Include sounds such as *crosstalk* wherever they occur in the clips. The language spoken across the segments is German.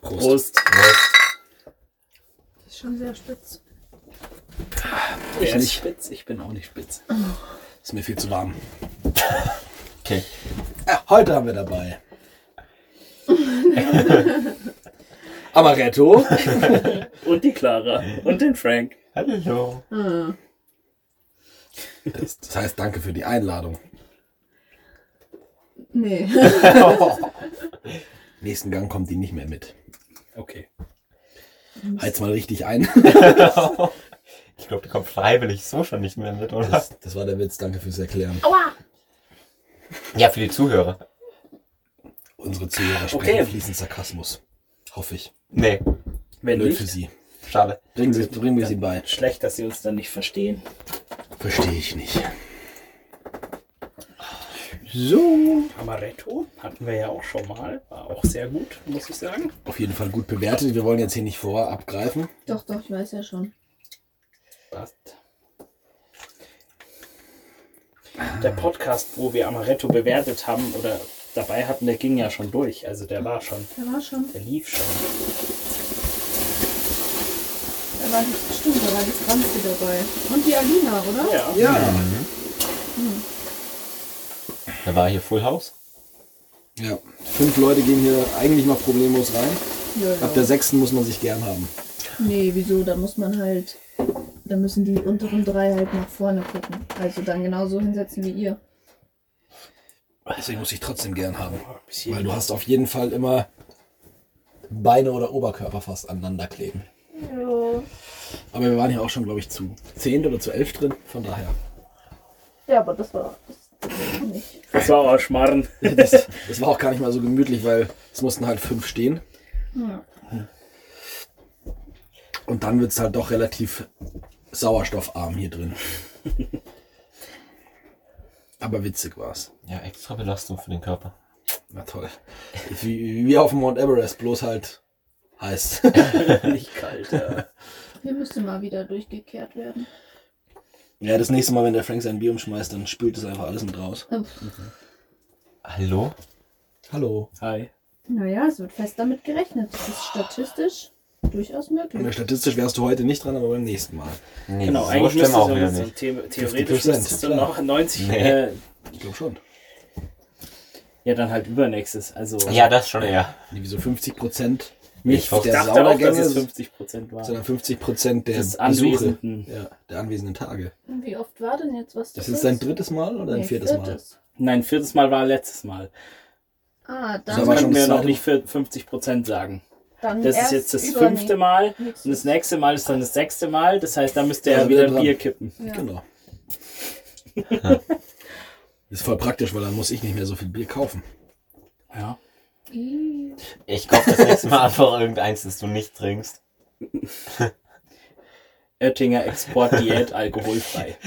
Prost. Das ist schon sehr spitz. Ich Er ist nicht. Oh. spitz, ich bin auch nicht spitz. Ist mir viel zu *laughs* warm. Okay. Ja, heute haben wir dabei. *laughs* Amaretto. Und die Clara. Und den Frank. Hallo. Das, das heißt, danke für die Einladung. Nee. *laughs* Nächsten Gang kommt die nicht mehr mit. Okay. Heiz mal richtig ein. Ich glaube, der kommt freiwillig so schon nicht mehr mit, oder? Das, das war der Witz. Danke fürs Erklären. Aua! *laughs* ja, für die Zuhörer. Unsere Zuhörer sprechen Okay. fließend Sarkasmus. Hoffe ich. Nee, Wenn Blöd nicht, für Sie. schade. Bringen Sie, bringen wir Sie bei. schlecht, dass sie uns dann nicht verstehen. Verstehe ich nicht. So. Amaretto hatten wir ja auch schon mal. War auch sehr gut, muss ich sagen. Auf jeden Fall gut bewertet. Wir wollen jetzt hier nicht vorabgreifen. Doch, doch, ich weiß ja schon. Passt. Der Podcast, wo wir Amaretto bewertet haben oder dabei hatten, der ging ja schon durch. Also der war schon, Der war schon. der lief schon. Der war nicht stimmt, da war die Franzi dabei. Und die Alina, oder? Ja. Ja. Da war hier Full House. Ja. Fünf Leute gehen hier eigentlich noch problemlos rein. Ja, Ab der ja. sechsten muss man sich gern haben. Nee, wieso? Da muss man halt. Da müssen die unteren drei halt nach vorne gucken. Also dann genauso hinsetzen wie ihr. Deswegen muss ich trotzdem gern haben. Bis Weil hier. du hast auf jeden Fall immer Beine oder Oberkörper fast aneinander kleben. Ja. Aber wir waren ja auch schon, glaube ich, zu zehn oder zu elf drin. Von daher. Ja, aber das war. Das war nicht. Das war auch Schmarrn. Das, das war auch gar nicht mal so gemütlich, weil es mussten halt fünf stehen. Ja. Und dann wird es halt doch relativ sauerstoffarm hier drin. Aber witzig war's. Ja, extra Belastung für den Körper. Na toll. Ist Wie, wie auf dem Mount Everest, bloß halt heiß. Nicht kalt. Ja. Hier müsste mal wieder durchgekehrt werden. Ja, das nächste Mal, wenn der Frank sein Bier umschmeißt, dann spült es einfach alles mit raus. Äh, Hallo? Hallo. Hi. Naja, es wird fest damit gerechnet. Das ist statistisch durchaus möglich. Statistisch wärst du heute nicht dran, aber beim nächsten Mal. Nee, Genau, so eigentlich schlimm müsste auch so, wieder so nicht. The theoretisch 50%, müsstest du klar. noch 90, Nee. äh, Ich glaube schon. ja dann halt übernächstes. Also Ja, das schon eher. Nee, wieso 50 Prozent? nicht Nicht ich der dachte auch, dass Sauergänge, es 50 Prozent war. sondern 50 Prozent der Des Besuche. Anwesenden. Ja, der anwesenden Tage. Wie oft war denn jetzt was? Das ist dein drittes Mal oder dein viertes Mal? Nein, viertes Mal war letztes Mal. Ah, dann, Das Das war schon können das wir noch zweite nicht für 50 Prozent sagen. dann Das erst ist jetzt das übernächst- fünfte Mal Nächstes. und das nächste Mal ist dann das sechste Mal. Das heißt, da müsste er Also wieder wieder Bier dran. kippen. Ja. Genau. *laughs* Ist voll praktisch, weil dann muss ich nicht mehr so viel Bier kaufen. Ja. Ih, Ich kaufe das nächste Mal einfach irgendeins, das du nicht trinkst. Oettinger Exportdiät alkoholfrei.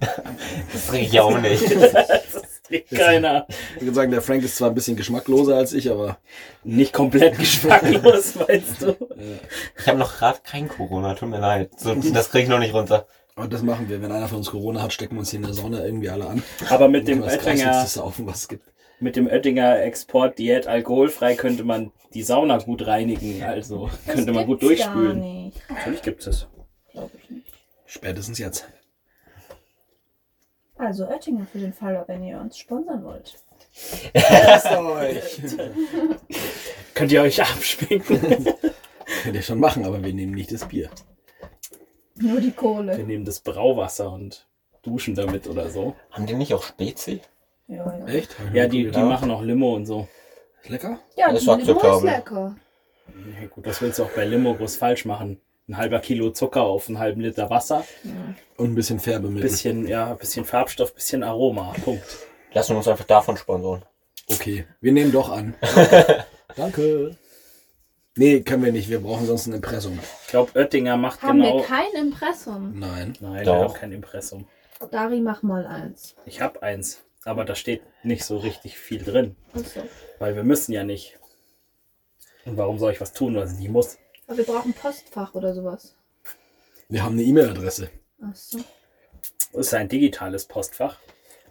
Das trinke *laughs* ich auch nicht. *laughs* Das trinkt keiner. Ich würde sagen, der Frank ist zwar ein bisschen geschmackloser als ich, aber Nicht komplett geschmacklos, meinst du? Ich habe noch gerade kein Corona, tut mir leid. So, das kriege ich noch nicht runter. und das machen wir. Wenn einer von uns Corona hat, stecken wir uns hier in der Sonne irgendwie alle an. Aber mit dem Dann können wir das Oettinger, Grasigste saufen, was es gibt. mit dem Oettinger Exportdiät alkoholfrei könnte man die Sauna gut reinigen. Also das könnte man gut gibt's Gar durchspülen. nicht. Natürlich gibt es. Glaub ich nicht. Spätestens jetzt. Also Oettinger für den Fall, wenn ihr uns sponsern wollt. *laughs* Könnt ihr euch *laughs* abschminken? *laughs* Könnt ihr schon machen, aber wir nehmen nicht das Bier. Nur die Wir Kohle. nehmen das Brauwasser und duschen damit oder so. Haben die nicht auch Spezi? Ja, ja. Echt? Ja, die, die Ja. machen auch Limo und so. Ist lecker? ja Das die ist Limo ist akzeptabel. lecker. Ja, gut, das willst du auch bei Limo groß falsch machen. Ein halber Kilo Zucker auf einen halben Liter Wasser, Und ein bisschen Färbemittel. bisschen, ja, bisschen Farbstoff, bisschen Aroma. Punkt. Lassen wir uns einfach davon sponsoren. Okay, wir nehmen doch an. *laughs* Danke. Nee, können wir nicht. Wir brauchen sonst ein Impressum. Ich glaube, Oettinger macht Haben genau. wir kein Impressum? Nein. Nein, Doch. wir haben kein Impressum. Dari, mach mal eins. Ich habe eins, aber da steht nicht so richtig viel drin, Achso. weil wir müssen ja nicht. Und warum soll ich was tun, was ich nicht muss? Aber wir brauchen Postfach oder sowas. Wir haben eine E-Mail-Adresse. Achso. Das ist ein digitales Postfach.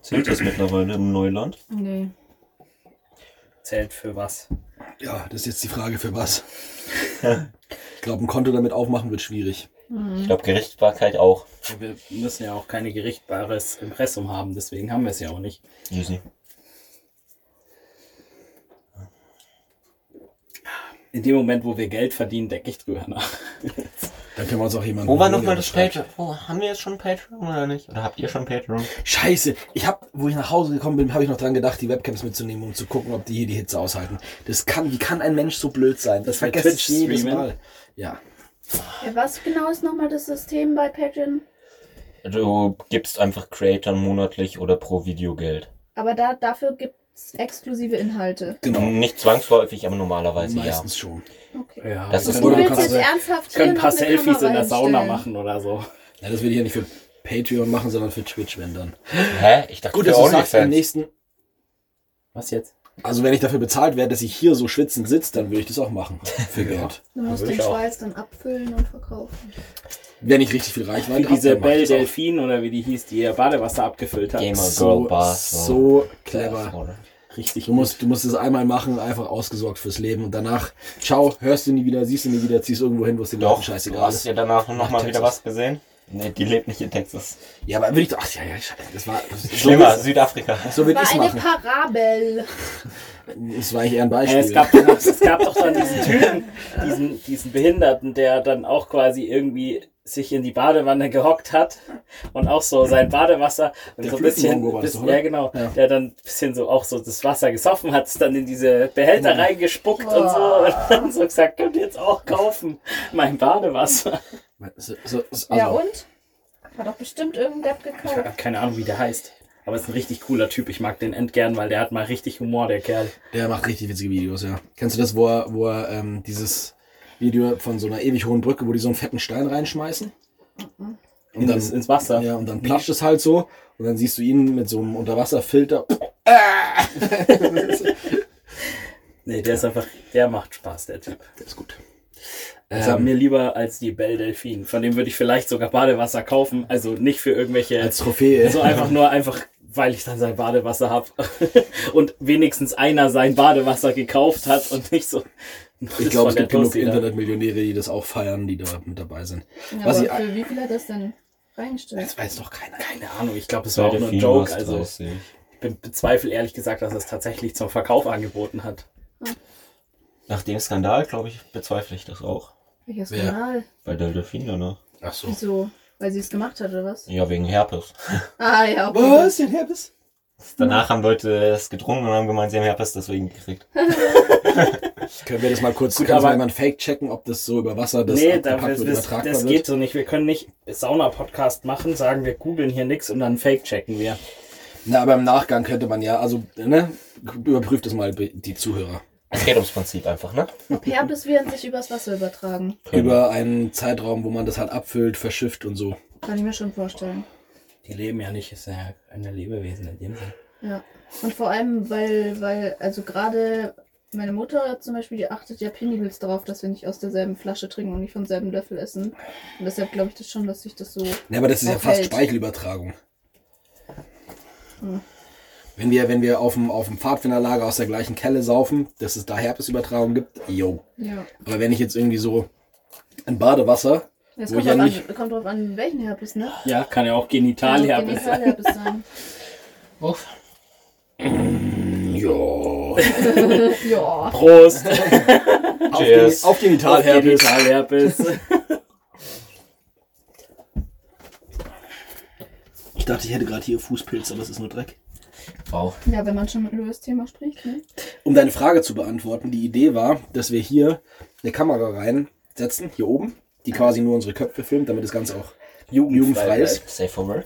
Zählt das mittlerweile im Neuland? Nee. Zählt für was? Ja, das ist jetzt die Frage für was. ich glaube, ein Konto damit aufmachen wird schwierig. Ich glaube, Gerichtsbarkeit auch. Wir müssen ja auch kein gerichtbares Impressum haben, deswegen haben wir es ja auch nicht. Easy. In dem Moment, wo wir Geld verdienen, denke ich drüber nach. Dann können wir uns auch jemanden. Wo war holen, nochmal der das schreibt. Patreon? Oh, haben wir jetzt schon Patreon oder nicht? Oder habt ihr schon Patreon? Scheiße, ich habe, wo ich nach Hause gekommen bin, habe ich noch dran gedacht, die Webcams mitzunehmen, um zu gucken, ob die hier die Hitze aushalten. Das kann, wie kann ein Mensch so blöd sein? Das Dass wir vergesse ich Twitch jedes streamen? Mal. Ja, Ja, was genau ist nochmal das System bei Patreon? Also, Du gibst einfach Creatern monatlich oder pro Video Geld. Aber da, dafür gibt es exklusive Inhalte. genau. Nicht zwangsläufig, aber normalerweise Hm, ja. Meistens schon. Okay. Ja, das Das ist ist Du Oder du willst kannst- jetzt ernsthaft hier können ein noch paar eine Selfies Kamera in der Sauna hinstellen. machen oder so. Ja, das will ich ja nicht für Patreon machen, sondern für Twitch, wenn dann. Hä? Ich dachte, Gut, für dass du sagst, im OnlyFans. nächsten. Was jetzt? Also, wenn ich dafür bezahlt werde, dass ich hier so schwitzend sitze, dann würde ich das auch machen. Für Geld. Du musst Würde den ich auch. Schweiß dann abfüllen und verkaufen. Wenn ich richtig viel Wie Reichweite habe. diese dann mach Belle ich das auch. Delfin oder wie die hieß, die ihr Badewasser abgefüllt hat. Gamer Girl So, Bar. so clever. Oder? Richtig Du musst, du musst es einmal machen, einfach ausgesorgt fürs Leben und danach, ciao, hörst du nie wieder, siehst du nie wieder, ziehst irgendwo hin, wo es den Doch, Leuten du scheißegal hast ist. ja danach noch Nach mal wieder Texas. was gesehen. Nee, die lebt nicht in Texas. Ja, aber würde ich doch, ach ja, ja, scheiße, das war, das so Schlimmer, würd- Südafrika. So würde War ich eine machen. Parabel. Das war eigentlich eher ein Beispiel. Äh, es, gab, es gab doch *laughs* dann diesen Typen, diesen, diesen Behinderten, der dann auch quasi irgendwie sich in die Badewanne gehockt hat und auch so sein Badewasser und Der so ein bisschen, Flüssenmongo war das doch, bisschen oder? ja genau, Ja. der dann ein bisschen so auch so das Wasser gesoffen hat, es dann in diese Behälter reingespuckt und so und dann so gesagt, könnt ihr jetzt auch kaufen, mein Badewasser. so, so, so, Ja also, und? Hat doch bestimmt irgendwer Ich gekauft. habe keine Ahnung, wie der heißt. Aber ist ein richtig cooler Typ. Ich mag den End gern, weil der hat mal richtig Humor, der Kerl. der macht richtig witzige Videos, ja. Kennst du das, wo er, wo er ähm, dieses Video von so einer ewig hohen Brücke, wo die so einen fetten Stein reinschmeißen? Und Ins, dann, ins Wasser. ja, und dann platscht es halt so und dann siehst du ihn mit so einem Unterwasserfilter. Nee, der ist einfach, der macht Spaß, der Typ. Der ist gut. Das hat Ähm, mir lieber als die Belle Delphine. Von dem würde ich vielleicht sogar Badewasser kaufen. Also nicht für irgendwelche. als Trophäe. so einfach nur einfach, weil ich dann sein Badewasser habe. *laughs* und wenigstens einer sein Badewasser gekauft hat und nicht so. *laughs* Ich glaube, es gibt genug Internet. Internetmillionäre, die das auch feiern, die da mit dabei sind. Ja, Was aber ich- für wie viel hat das denn reingestellt? weiß doch keiner. Keine Ahnung, ich glaube, es war auch nur ein Joke. Also ich bin- bezweifle ehrlich gesagt, dass er es tatsächlich zum Verkauf angeboten hat. Nach dem Skandal, glaube ich, bezweifle ich das auch. Welches Wer? Kanal? Bei der Delfin danach. Ach so. Wieso? Weil sie es gemacht hat, oder was? Ja, wegen Herpes. Ah ja, okay. Was? Den Herpes? Danach haben Leute es getrunken und haben gemeint, sie haben Herpes deswegen gekriegt. Können wir das mal kurz, Gut, kann das mal aber- jemand fake checken, ob das so über Wasser, das nee, da, abgepackt das, wird, das, übertragbar das geht wird? so nicht. Wir können nicht Sauna-Podcast machen, sagen wir googeln hier nichts und dann fake-checken wir. Na, aber im Nachgang könnte man ja, also, ne, überprüft das mal be- die Zuhörer. Es geht ums Prinzip einfach, ne? Ob Herpesviren sich übers Wasser übertragen. Genau. Über einen Zeitraum, wo man das halt abfüllt, verschifft und so. Kann ich mir schon vorstellen. Die leben ja nicht, ist ja eine Lebewesen in dem Sinne. Ja. Und vor allem, weil, weil, also gerade meine Mutter zum Beispiel, die achtet ja penibelst darauf, dass wir nicht aus derselben Flasche trinken und nicht vom selben Löffel essen. Und deshalb glaube ich das schon, dass sich das so. Ne, aber das ist ja Auf fast Welt. Speichelübertragung. Hm. Wenn wir, wenn wir auf dem, auf dem Pfadfinderlager aus der gleichen Kelle saufen, dass es da Herpesübertragung gibt, yo. Ja. Aber wenn ich jetzt irgendwie so ein Badewasser, Es Wo kommt, ich ja drauf nicht- an, kommt drauf an, welchen Herpes, ne? Ja, kann ja auch Genitalherpes sein. Herpes sein. ja, *laughs* ja. Prost! auf, Cheers. Gen- auf *laughs* Genitalherpes. *laughs* Genitalherpes. Ich dachte, ich hätte gerade hier Fußpilz, aber es ist nur Dreck. Wow. Ja, wenn man schon über das Thema spricht, ne? Um deine Frage zu beantworten, die Idee war, dass wir hier eine Kamera reinsetzen, hier oben, die quasi nur unsere Köpfe filmt, damit das Ganze auch jugendfrei ist. Safe for work.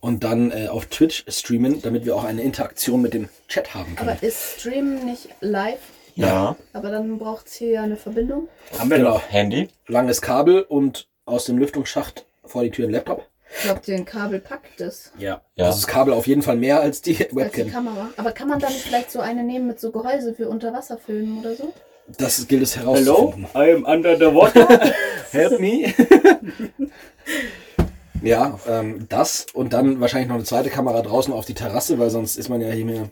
Und dann äh, auf Twitch streamen, damit wir auch eine Interaktion mit dem Chat haben können. Aber ist Stream nicht live? Ja. Aber dann braucht es hier ja eine Verbindung. Haben wir Genau. doch. Handy? Langes Kabel und aus dem Lüftungsschacht vor die Tür ein Laptop. Glaubt ihr, ein Kabel packt es? Ja. Ja. Also das Kabel auf jeden Fall mehr als die Als die Webcam. Kamera. Aber kann man da nicht vielleicht so eine nehmen mit so Gehäuse für Unterwasserfilmen oder so? Das gilt es Hello, herauszufinden. I am under the *laughs* water. Help me. *laughs* ja, ähm, das und dann wahrscheinlich noch eine zweite Kamera draußen auf die Terrasse, weil sonst ist man ja hier mehr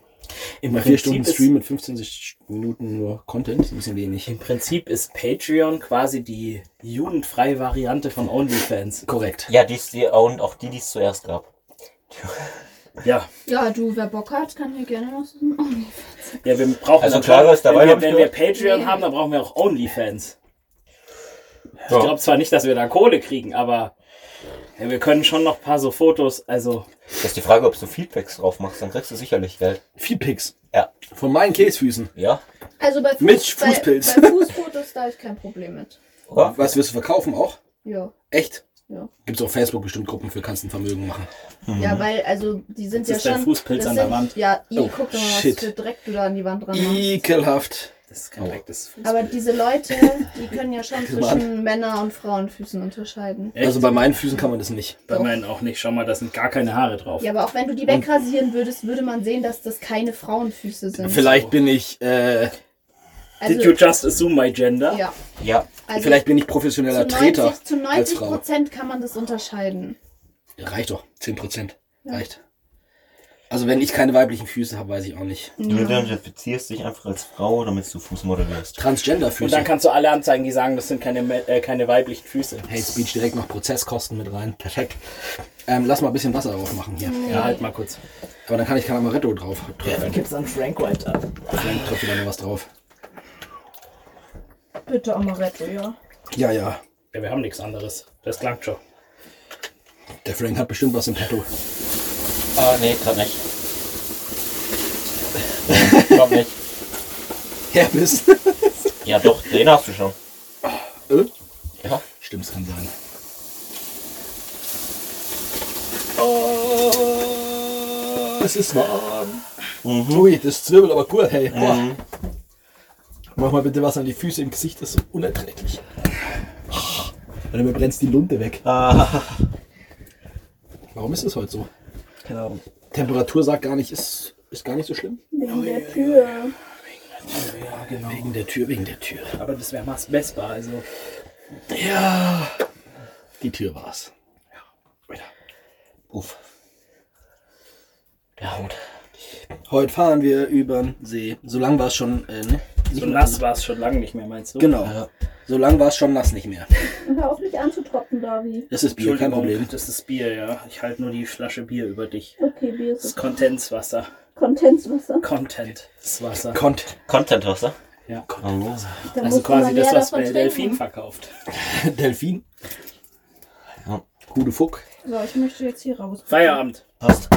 Im Bei vier Stunden ist- Stream mit 15 Minuten nur Content, ist ein bisschen wenig. Im Prinzip ist Patreon quasi die jugendfreie Variante von OnlyFans. Korrekt. Ja, die ist die, und auch die, die es zuerst gab. Ja, Ja, du, wer Bock hat, kann hier gerne noch so ein OnlyFans. ja wir brauchen Also natürlich- Clara ist dabei, Wenn, hab wir, ich wenn wir gehört. Patreon Nee. haben, dann brauchen wir auch OnlyFans. Ich Ja. glaube zwar nicht, dass wir da Kohle kriegen, aber ja, wir können schon noch ein paar so Fotos. Also Das ist die Frage, ob du Feedbacks drauf machst, dann kriegst du sicherlich Geld. Vier Picks. Ja. Von meinen Käsefüßen. Ja? Also bei, Fuß, Mit bei, Fußpilz. bei Fußfotos, da habe ich kein Problem mit. Oder? Was wirst du verkaufen auch? Ja. Echt? Ja. Gibt es auf Facebook bestimmt Gruppen für kannst ein Vermögen machen. ja, weil, also, die Mhm. sind jetzt ja ist schon. dein Fußpilz das an der sind- Wand. Ja, ich Oh, guck doch mal, shit. was für Dreck du da an die Wand dran machst. Ekelhaft. Das ist Oh. kein direktes Fußpilz. Aber diese Leute, *laughs* die können ja schon Mann. zwischen Männer- und Frauenfüßen unterscheiden. Echt? Also bei meinen Füßen kann man das nicht. Bei Doch. meinen auch nicht. Schau mal, da sind gar keine Haare drauf. Ja, aber auch wenn du die wegrasieren würdest, würde man sehen, dass das keine Frauenfüße sind. Also, Vielleicht bin ich, äh, Did you just assume my gender? ja, Ja. also vielleicht bin ich zu professioneller 90, Treter zu als 90 Frau. Prozent kann man das unterscheiden. Ja, reicht doch, 10 Prozent. Ja. Reicht. Also wenn ich keine weiblichen Füße habe, weiß ich auch nicht. Du identifizierst dich einfach als Frau, damit du Fußmodel Und wirst. dann Transgender-Füße. kannst du alle anzeigen, die sagen, das sind keine, mä- äh, keine weiblichen Füße. Hate Speech direkt noch Prozesskosten mit rein. Perfekt. Ähm, lass mal ein bisschen Wasser drauf machen hier. Ja, halt mal kurz. Aber dann kann ich Calamaretto drauf tröpfeln. gibt's dann Frank White ab. Vielleicht tröpfelt da noch was drauf. Bitte Amaretto, ja. Ja, ja. Ja, wir haben nichts anderes. Das klang schon. Der Frank hat bestimmt was im Petto. *laughs* Ah, nee, grad nicht. *laughs* Nee, glaub nicht. Herpes. Ja, doch, den hast du schon. Äh? Ja. Stimmt, es kann sein. Oh, Es ist warm. Mhm. Ui, das zwirbelt aber gut, hey. Boah. Mhm. Mach mal bitte was an die Füße im Gesicht, das ist unerträglich. Und dann brennt die Lunte weg. Ah, Warum ist es heute so? keine Ahnung. Temperatur sagt gar nicht, ist, ist gar nicht so schlimm. Oh, Wegen der Tür. Ja, genau. Wegen der Tür, wegen der Tür. Aber das wäre mach's messbar. Also, Ja. Die Tür war's. Uff. Der haut. Heute fahren wir über den See. So lang war es schon äh, ne? so nass war es schon lange nicht mehr, meinst du? Genau. So lang war es schon nass nicht mehr. Hör auf mich anzutropfen, Davi. Das ist Bier, Entschuldigung, kein Problem. das ist Bier, ja. Ich halte nur die Flasche Bier über dich. Okay, Bier Das ist Contentwasser. Kondenswasser. Contentwasser. Konnt. Content hast du? Ja. Oh. Da Also muss quasi man das, mehr was davon bei Delfin trinken. verkauft. *laughs* Delfin. Ja. Gute Fuck. So, ich möchte jetzt hier raus. Feierabend. Passt.